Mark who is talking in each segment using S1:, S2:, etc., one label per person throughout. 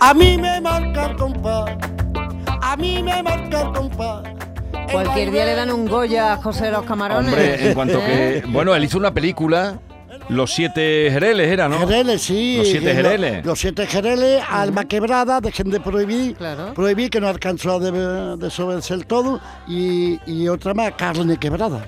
S1: A mí me marca el compás, a mí me marca el compás. El
S2: Cualquier día le dan un Goya a José de los Camarones.
S3: Hombre, en cuanto
S2: ¿Eh?
S3: que. Bueno, él hizo una película, Los Siete Jereles era, ¿no?
S1: Jereles, sí.
S3: Los siete
S1: que lo-
S3: jereles.
S1: Los siete jereles, alma quebrada, dejen de prohibir.
S2: Claro.
S1: Prohibir que no alcanzó a de, de sobrarse el todo. Y, y otra más, carne quebrada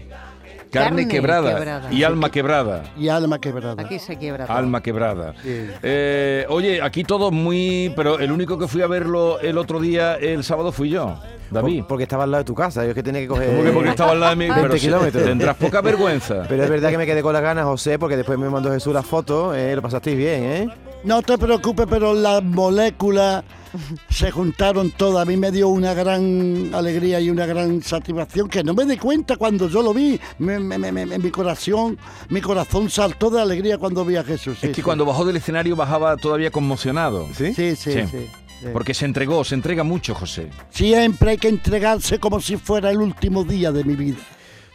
S3: Carne,
S2: Carne
S3: quebrada,
S2: quebrada.
S3: y alma quebrada.
S1: y alma quebrada.
S2: Aquí se quiebra todo.
S3: Alma quebrada.
S1: Sí.
S3: Eh, oye, aquí todo muy. Pero el único que fui a verlo el otro día, el sábado, fui yo, David.
S4: Por- porque estaba al lado de tu casa, yo es que tenía que coger...
S3: ¿Cómo que porque estaba al lado de mí?
S4: 20
S3: Pero si-
S4: kilómetros.
S3: tendrás poca vergüenza.
S4: Pero es verdad que me quedé con las ganas, José, porque después me mandó Jesús la foto, eh, lo pasasteis bien, ¿eh?
S1: No te preocupes, pero las moléculas se juntaron todas. A mí me dio una gran alegría y una gran satisfacción que no me di cuenta cuando yo lo vi. Me- me- me- me- mi corazón, mi corazón saltó de alegría cuando vi a Jesús. Sí,
S3: es que
S1: sí.
S3: cuando bajó del escenario bajaba todavía conmocionado.
S1: Sí, sí,
S3: Sí.
S1: sí. sí.
S3: Porque se entregó, se entrega mucho, José.
S1: Siempre hay que entregarse como si fuera el último día de mi vida.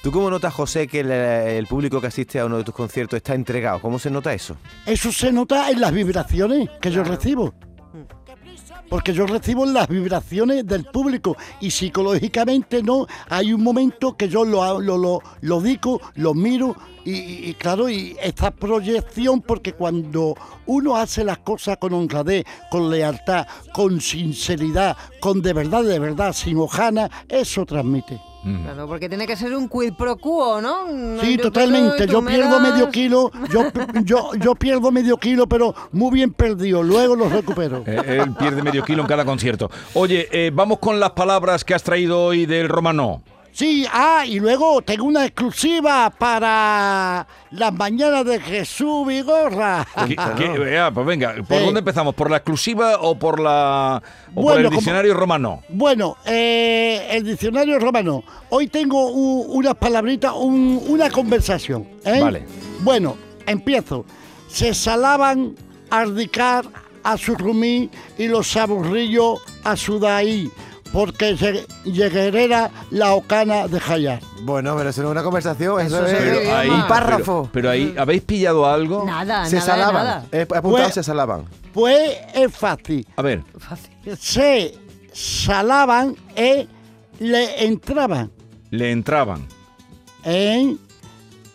S4: ¿Tú cómo notas, José, que el, el público que asiste a uno de tus conciertos está entregado? ¿Cómo se nota eso?
S1: Eso se nota en las vibraciones que yo recibo. Porque yo recibo las vibraciones del público y psicológicamente no. Hay un momento que yo lo, lo, lo, lo digo, lo miro y, y- y claro, y esta proyección, porque cuando uno hace las cosas con honradez, con lealtad, con sinceridad, con de verdad, de verdad, sin hojana, eso transmite.
S3: Mm.
S2: Claro, porque tiene que ser un quid pro quo, ¿no? No,
S1: Sí,
S2: yo-
S1: totalmente.
S2: tú
S1: Yo
S2: me
S1: pierdo
S2: das-
S1: medio kilo, yo, yo, yo pierdo medio kilo, pero muy bien perdido. Luego lo recupero.
S3: Eh, él pierde medio kilo en cada concierto. Oye, eh, vamos con las palabras que has traído hoy del romano.
S1: Sí, ah, y luego tengo una exclusiva para las mañanas de Jesús Vigorra.
S3: ¿Qué- qué- eh, ah, pues venga, ¿por
S1: Sí.
S3: dónde empezamos? ¿Por la exclusiva o por la o por
S1: Bueno,
S3: el
S1: como-
S3: diccionario romano?
S1: Bueno, eh, el diccionario romano. Hoy tengo u- unas palabritas, un- una conversación. ¿eh?
S3: Vale.
S1: Bueno, empiezo. Se salaban ardicar a su rumí y los aburrillos a su daí, porque lle- lleguerera la ocana de Jayar.
S4: Bueno, pero eso no es una conversación,
S2: Eso
S4: eso, es
S2: se ve bien,
S4: Eh, un
S2: ma.
S4: párrafo.
S3: Pero, pero ahí, ¿habéis pillado algo?
S2: Nada,
S4: se
S2: nada, de
S4: salaban,
S2: nada.
S4: he he apuntado
S1: Pues-
S4: se salaban.
S1: Pues es fácil.
S3: A ver,
S2: Fácil.
S1: Se salaban y le entraban.
S3: le entraban.
S1: ¿eh?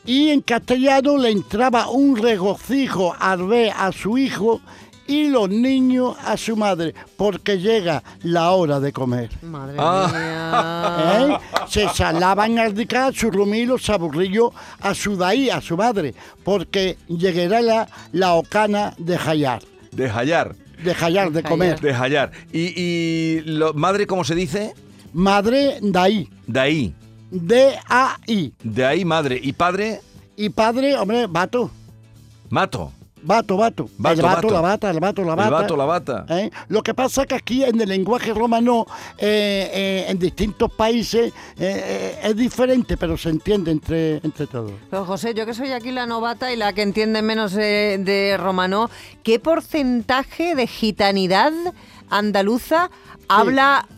S1: Y en castellano le entraba un regocijo al ver a su hijo y los niños a su madre, porque llega la hora de comer.
S2: Madre mía.
S3: Ah.
S1: ¿eh? Se salaban al dicar su rumilo, saburrillo, a su daí, a su madre, porque llegará la, la ocana de hallar,
S3: De hallar,
S1: de hallar, de
S2: De
S1: comer.
S3: de hallar. ¿Y, y lo- madre cómo se dice?
S1: Madre, daí,
S3: De ahí,
S1: D-A-I.
S3: de ahí madre. ¿Y padre?
S1: Y padre, hombre, vato,
S3: Mato.
S1: vato, vato.
S3: Vato,
S1: el vato,
S3: vato.
S1: la bata, el vato, la
S3: El
S1: bata.
S3: vato, la bata.
S1: ¿eh? Lo que pasa es que aquí en el lenguaje romano, eh, eh, en distintos países, eh, eh, es diferente, pero se entiende entre, entre todos.
S2: Pero José, yo que soy aquí la novata y la que entiende menos de, de romano, ¿qué porcentaje de gitanidad andaluza habla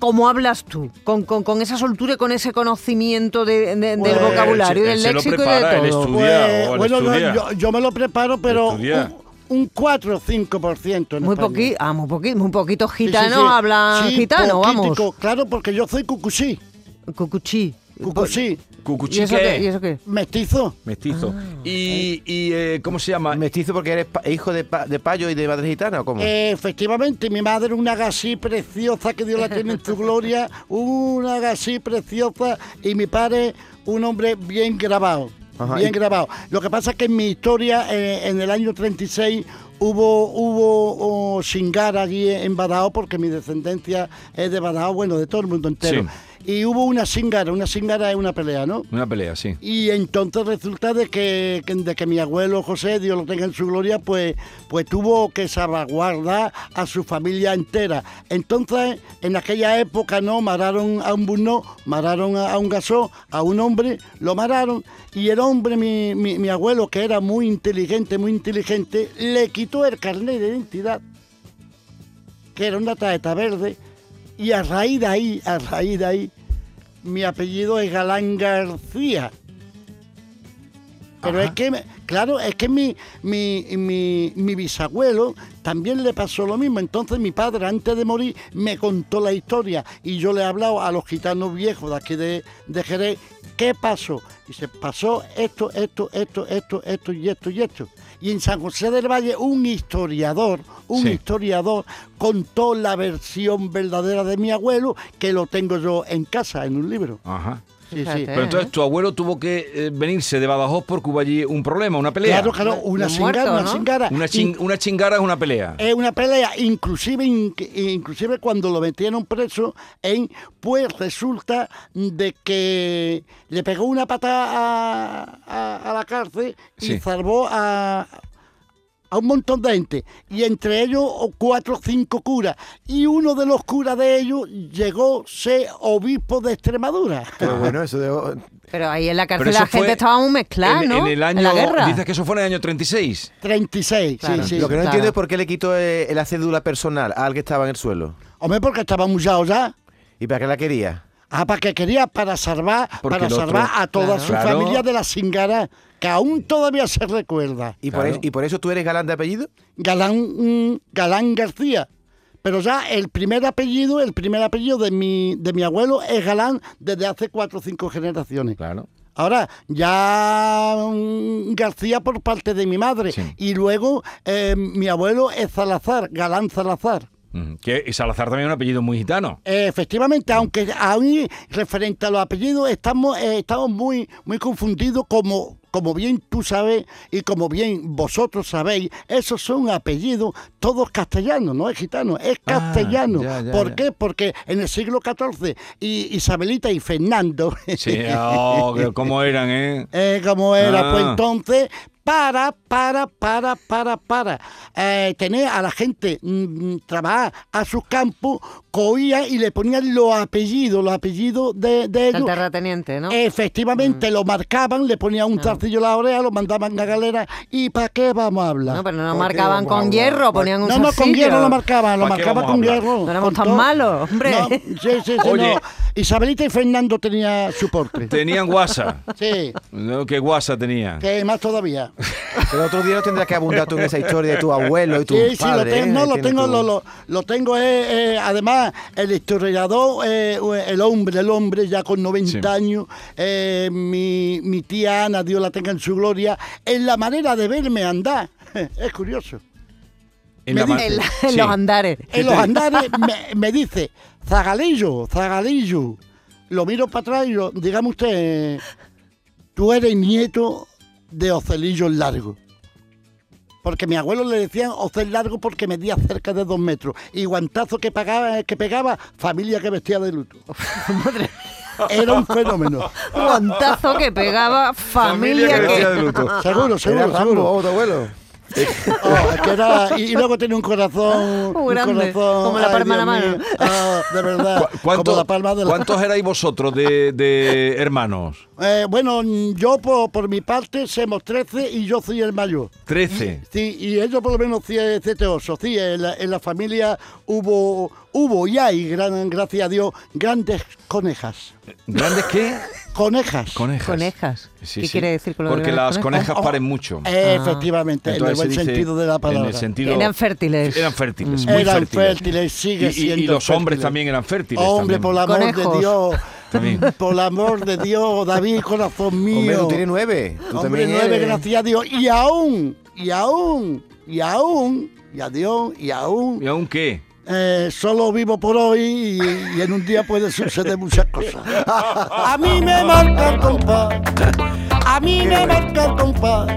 S2: como hablas tú? Con, con- con esa soltura y con ese conocimiento de- de-
S1: Pues,
S2: del vocabulario,
S3: él
S2: del
S3: se lo
S2: léxico y
S3: prepara, él
S2: de todo.
S3: estu- Estudia, o el
S1: bueno, no,
S3: estudia.
S1: yo, yo me lo preparo, pero
S3: Estudia.
S1: un, un 4 o 5%. En
S2: Muy
S1: español.
S2: poquito, ah, muy poquito, muy poquito
S1: Sí, sí,
S2: gitano
S1: sí.
S2: hablan
S1: Sí,
S2: gitano, vamos.
S1: poquitico, Claro, porque yo soy cucuchí,
S2: Cucuchí.
S1: cucuchí,
S2: ¿Y
S3: Cucuchique.
S2: eso qué? ¿Y eso qué?
S1: mestizo.
S3: Mestizo. ¿Y, y, eh, cómo se llama?
S4: Mestizo porque eres pa- hijo de, pa- de payo y de madre gitana, ¿o cómo?
S2: Eh,
S1: Efectivamente, mi madre, una gasí preciosa, que Dios la tiene en su gloria, una gasí preciosa, y mi padre, un hombre bien grabado,
S4: Ajá,
S1: bien
S4: y-
S1: grabado. Lo que pasa es que en mi historia, eh, en el año 36, hubo hubo oh, Shingar allí en Badajoz, porque mi descendencia es de Badajoz, bueno, de todo el mundo entero. Y hubo una Singara, una Singara es una pelea, ¿no?
S3: Una pelea, sí.
S1: Y entonces resulta de que, que- de que mi abuelo José, Dios lo tenga en su gloria, pues, pues tuvo que salvaguardar a su familia entera. Entonces, en aquella época, ¿no? Mararon a un burno, mararon a, a un gasó, a un hombre, lo mararon. Y el hombre, mi, mi- mi abuelo, que era muy inteligente, muy inteligente, le quitó el carnet de identidad, que era una tarjeta verde. Y a raíz de ahí, a raíz de ahí, mi apellido es Galán García. Pero es que, me- claro, es que mi, mi, mi, mi bisabuelo también le pasó lo mismo. Entonces mi padre, antes de morir, me contó la historia y yo le he hablado a los gitanos viejos de aquí de, de Jerez, ¿qué pasó? Dice, pasó esto, esto, esto, esto, esto y esto y esto. Y en San José del Valle un historiador, un
S3: Sí.
S1: historiador contó la versión verdadera de mi abuelo, que lo tengo yo en casa, en un libro.
S3: Ajá.
S1: Sí, sí.
S2: Fíjate.
S3: Pero entonces tu abuelo tuvo que eh, venirse de Badajoz porque hubo allí un problema, una pelea.
S1: Claro, claro, una
S2: Los
S1: chingara,
S2: muertos,
S1: una
S2: ¿no?
S1: chingara.
S3: Una, chin- una chingara es una pelea.
S2: Eh,
S1: Es una pelea, inclusive, in- inclusive cuando lo metieron preso, en, pues resulta de que le pegó una patada a, a- a la cárcel y
S3: Sí.
S1: salvó a, a un montón de gente. Y entre ellos o cuatro o cinco curas. Y uno de los curas de ellos llegó a ser obispo de Extremadura.
S4: Pero bueno, eso de...
S2: Pero ahí en la
S3: Pero
S2: cárcel
S3: eso
S2: la gente
S3: fue
S2: estaba muy mezclada,
S3: en,
S2: ¿no?
S3: en el año,
S2: la guerra.
S3: Dices que eso fue en el año 36.
S1: 36,
S2: Claro.
S1: sí, sí.
S4: Lo que no
S2: Claro.
S4: entiendo es por qué le quitó eh, la cédula personal al que estaba en el suelo.
S1: Hombre, porque estaba mullado ya.
S4: ¿Y para qué la quería?
S1: Ah, para que quería para salvar,
S3: Porque
S1: para
S3: el otro-
S1: salvar a toda
S2: Claro.
S1: su
S3: Claro.
S1: familia de la singara, que aún todavía se recuerda.
S4: ¿Y, por
S3: Claro.
S4: eso, ¿Y por eso tú eres galán de apellido?
S1: Galán, mm, Galán García. Pero ya el primer apellido, el primer apellido de mi, de mi abuelo es Galán desde hace cuatro o cinco generaciones.
S3: Claro.
S1: Ahora, ya mm, García por parte de mi madre.
S3: Sí.
S1: Y luego eh, mi abuelo es Salazar, Galán Salazar.
S3: Ujú. Que Salazar también es un apellido muy gitano.
S1: Eh, Efectivamente, aunque aún referente a los apellidos estamos, eh, estamos muy, muy confundidos como, como bien tú sabes y como bien vosotros sabéis, esos son apellidos todos castellanos, no es gitano, es
S3: Ah,
S1: castellano.
S3: ya, ya,
S1: ¿Por
S3: ya.
S1: qué? Porque en el siglo XIV y Isabelita y Fernando,
S3: Sí, oh, que- cómo eran, ¿eh?
S1: eh, como era,
S3: Ah.
S1: pues entonces... Para, para, para, para, para eh, tener a la gente mm, trabajar a sus campos, coían y le ponían los apellidos, los apellidos de, de
S2: Está el
S1: ellos.
S2: terrateniente, ¿no?
S1: Eh, Efectivamente,
S2: Mm.
S1: lo marcaban, le ponían
S2: Ah.
S1: un zarcillo a la oreja, lo mandaban a galera. ¿Y para qué vamos a hablar?
S2: no, pero no
S4: ¿por qué
S2: marcaban
S4: vamos
S2: con
S4: a hablar?
S2: hierro, ponían un
S1: No, no, con
S2: zarcillo.
S1: hierro lo marcaban, lo
S3: ¿Para qué
S1: marcaban
S3: vamos a
S1: con
S3: hablar?
S1: hierro.
S2: No éramos
S1: con
S2: tan
S1: todo.
S2: malos, hombre.
S1: No, sí, sí, sí,
S3: Oye.
S1: no. Isabelita y Fernando tenía su porte.
S3: Tenían guasa.
S1: Sí,
S3: No, ¿Qué guasa tenía?
S1: que más todavía.
S4: Pero otro día no tendrás que abundar tú en esa historia de tu abuelo y tu
S1: Sí, sí, lo
S4: padre. ¿eh?
S1: tengo, no, lo tengo, lo, lo, lo tengo, eh, eh, además, el historiador, eh, el hombre, el hombre ya con 90
S3: Sí.
S1: años, eh, mi, mi tía Ana, Dios la tenga en su gloria, en la manera de verme andar, es curioso.
S3: En la
S1: me
S3: ma-
S2: En, la- en
S3: Sí.
S2: los andares.
S1: En los andares me, me dice, Zagalillo, Zagalillo, lo miro para atrás y yo, dígame usted, tú eres nieto de Ocelillo el Largo. Porque mi abuelo le decían Ocel Largo porque medía cerca de dos metros. Y guantazo que, pagaba, que pegaba, familia que vestía de luto. Era un fenómeno.
S2: Un guantazo que pegaba familia
S3: que vestía de
S2: que...
S3: luto.
S1: Seguro,
S4: Era
S1: seguro,
S4: Rambo,
S1: seguro.
S4: oh, tu abuelo.
S1: Oh, que era- y, y luego tenía un corazón. un
S2: grande,
S1: corazón,
S2: como la
S1: ay,
S2: palma de la
S1: Dios
S2: mano.
S1: mío. Ah, de verdad.
S3: ¿Cu- cuánto-
S1: como la palma de la
S3: ¿Cuántos erais vosotros de, de hermanos?
S1: Eh, bueno, mm, yo por, por mi parte somos 13 y yo soy el mayor.
S3: Trece.
S1: Sí, y ellos por lo menos sie- siete osos. Sí, en la, en la familia hubo, hubo y hay, gran, gracias a Dios, grandes conejas.
S3: ¿Grandes qué?
S1: Conejas.
S3: Conejas.
S2: Conejas.
S3: Sí,
S2: ¿Qué
S3: sí.
S2: quiere decir con lo de
S3: Porque
S2: las
S3: las
S2: conejas?
S3: conejas, paren mucho.
S1: Eh, Efectivamente, en el
S3: Ah. Entonces
S1: buen
S3: se dice-
S1: sentido de la palabra.
S3: En el sentido,
S2: Eran fértiles.
S3: Eran fértiles, muy
S1: Mm. Eran
S3: fértiles.
S1: fértiles,
S3: Y,
S1: sigue
S3: y-
S1: siendo
S3: y los hombres
S1: fértiles.
S3: también eran fértiles.
S1: Hombre,
S3: también.
S1: por el amor
S2: Conejos.
S1: de Dios.
S3: También.
S1: Por el amor de Dios, David, corazón mío.
S4: Hombre, tú tienes nueve. Tú
S1: Hombre,
S4: también
S1: nueve,
S4: eres.
S1: gracias a Dios. Y aún, y aún, y aún, y adiós, y
S3: ¿Y
S1: aún.
S3: aún qué?
S1: eh, solo vivo por hoy y, y en un día puede suceder muchas cosas. A mí me marca el compás, a mí me marca el compás,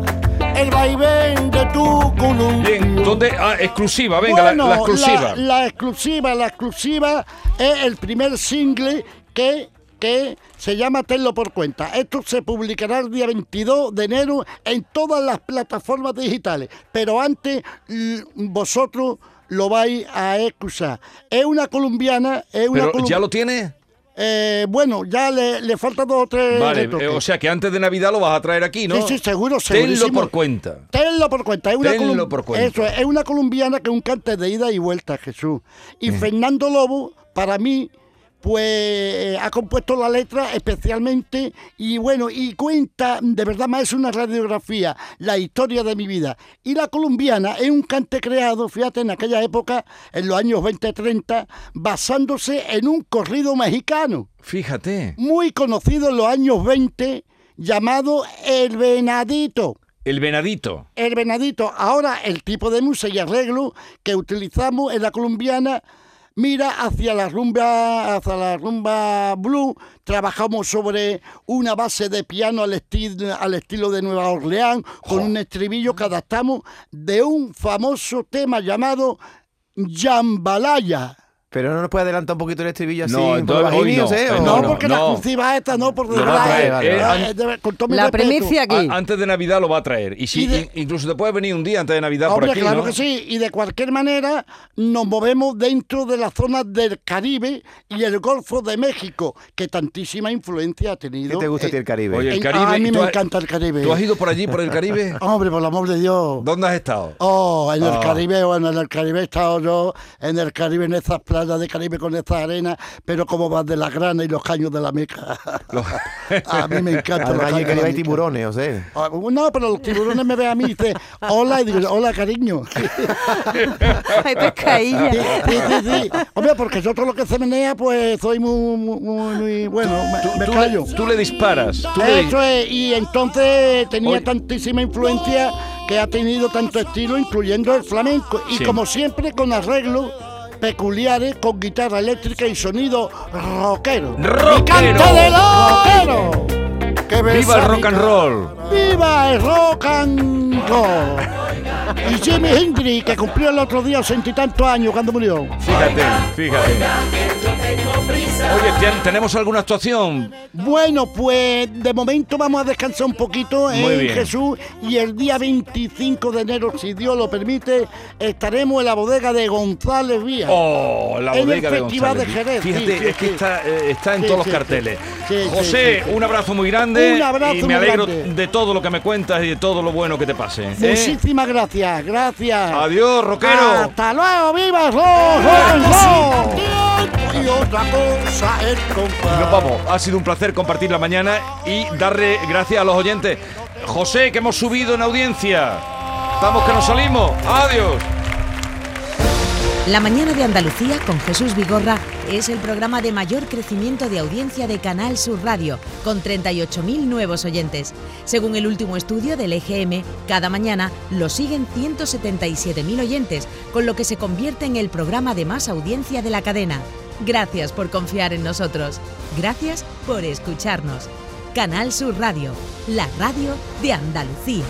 S1: el vaivén de tu columpio.
S3: Bien, ¿dónde? Ah, exclusiva, venga, la-
S1: Bueno,
S3: la, exclusiva.
S1: La, la exclusiva, la exclusiva es el primer single que, que se llama Tenlo por cuenta. Esto se publicará el día 22 de enero en todas las plataformas digitales. Pero antes l- vosotros lo vais a escuchar. Es una colombiana, es una
S3: Pero
S1: colum-
S3: ya lo tienes.
S1: Eh, bueno, ya le, le faltan dos o tres
S3: Vale, eh,
S1: retoques.
S3: o sea que antes de Navidad lo vas a traer aquí, ¿no?
S1: Sí, sí, seguro,
S3: Tenlo
S1: segurísimo.
S3: por cuenta.
S1: Tenlo por cuenta. Es una
S3: Tenlo
S1: colum-
S3: por cuenta.
S1: Eso es, es una colombiana que es un cante de ida y vuelta, Jesús. Y Fernando Lobo, para mí, pues eh, ha compuesto la letra especialmente y bueno, y cuenta, de verdad más es una radiografía, la historia de mi vida. Y la colombiana es un cante creado, fíjate, en aquella época, en los años 20-30, basándose en un corrido mexicano
S3: Fíjate.
S1: muy conocido en los años 20 llamado El Venadito.
S3: El venadito.
S1: El Venadito, ahora el tipo de música y arreglo que utilizamos en la colombiana mira hacia la rumba, hacia la rumba blue. Trabajamos sobre una base de piano al, esti- al estilo de Nueva Orleans con un estribillo que adaptamos de un famoso tema llamado Jambalaya.
S4: Pero no nos puede adelantar un poquito el estribillo así.
S3: No,
S4: por
S3: entonces,
S4: lo bajini,
S3: hoy no,
S4: o sea,
S3: hoy
S4: o-
S1: No,
S3: no,
S1: porque
S3: no.
S1: la exclusiva esta no, por
S4: va a
S1: verdad.
S4: traer,
S1: eh,
S4: vale,
S1: eh,
S3: vale.
S1: eh, de- con todo mi
S2: La
S1: respeto.
S2: primicia aquí.
S3: A- antes de Navidad lo va a traer. Y si
S1: Y de-
S3: in- incluso te puede venir un día antes de Navidad
S1: Hombre,
S3: por aquí.
S1: claro
S3: ¿no?
S1: que sí. Y de cualquier manera nos movemos dentro de la zona del Caribe y el Golfo de México, que tantísima influencia ha tenido.
S4: ¿Qué te gusta a ti
S1: Eh,
S4: el Caribe?
S3: Oye, el
S1: en-
S3: Caribe.
S1: a mí
S3: ¿Tú
S1: me
S3: has-
S1: encanta el Caribe.
S3: ¿Tú has ido por allí, por el Caribe?
S1: Hombre, por el amor de Dios.
S3: ¿Dónde has estado?
S1: Oh, en el
S3: Ah.
S1: Caribe, bueno, en el Caribe he estado yo, en el Caribe, en esas playas de Caribe con esas arenas, pero como van de las granas y los caños de la meca. a mí me encanta.
S4: Al
S1: los caños de
S4: Valle
S1: la
S4: Caribe hay
S1: Meca.
S4: tiburones, o sea.
S1: Ah, No, pero los tiburones me ven a mí y dicen, hola, y digo, hola, cariño.
S2: Hay pescadilla.
S1: Sí, sí, sí, sí. Hombre, porque yo todo lo que se menea, pues soy muy, muy, muy- muy bueno, me, me
S3: tú,
S1: callo.
S3: tú le disparas. Tú le
S1: Eso es, y entonces tenía
S3: Oye.
S1: tantísima influencia que ha tenido tanto estilo, incluyendo el flamenco. Y
S3: Sí.
S1: como siempre, con arreglos peculiares, con guitarra eléctrica y sonido rockero.
S3: Rockero.
S1: ¡Y cante de los rockero! Que
S3: ¡Viva el
S1: besa mi
S3: rock and roll!
S1: ¡Viva el rock and roll! Y Jimi Hendrix, que cumplió el otro día ochenta y tantos años cuando murió.
S3: Fíjate, fíjate. Oye, ¿tien- ¿tenemos alguna actuación?
S1: Bueno, pues de momento vamos a descansar un poquito
S3: Muy
S1: en
S3: bien.
S1: Jesús y el día 25 de enero, si Dios lo permite, estaremos en la bodega de González Vía.
S3: Oh, la
S1: En el
S3: bodega de
S1: Festival
S3: González.
S1: de Jerez, sí,
S3: Fíjate,
S1: sí,
S3: es que
S1: sí.
S3: está, eh, está en
S1: Sí,
S3: todos
S1: sí,
S3: los carteles.
S1: sí. Sí, sí,
S3: José,
S1: sí, sí.
S3: un abrazo muy grande.
S1: Un abrazo
S3: y me
S1: muy
S3: alegro
S1: grande.
S3: de todo lo que me cuentas y de todo lo bueno que te pase. ¿eh?
S1: Muchísimas gracias, gracias.
S3: Adiós, rockero.
S1: Hasta luego, viva el rock and roll. Y otra cosa es compás.
S3: Nos vamos. Ha sido un placer compartir la mañana y darle gracias a los oyentes. José, que hemos subido en audiencia. Estamos que nos salimos. Adiós.
S5: La mañana de Andalucía con Jesús Vigorra es el programa de mayor crecimiento de audiencia de Canal Sur Radio, con 38.000 nuevos oyentes. Según el último estudio del EGM, cada mañana lo siguen 177.000 oyentes, con lo que se convierte en el programa de más audiencia de la cadena. Gracias por confiar en nosotros. Gracias por escucharnos. Canal Sur Radio, la radio de Andalucía.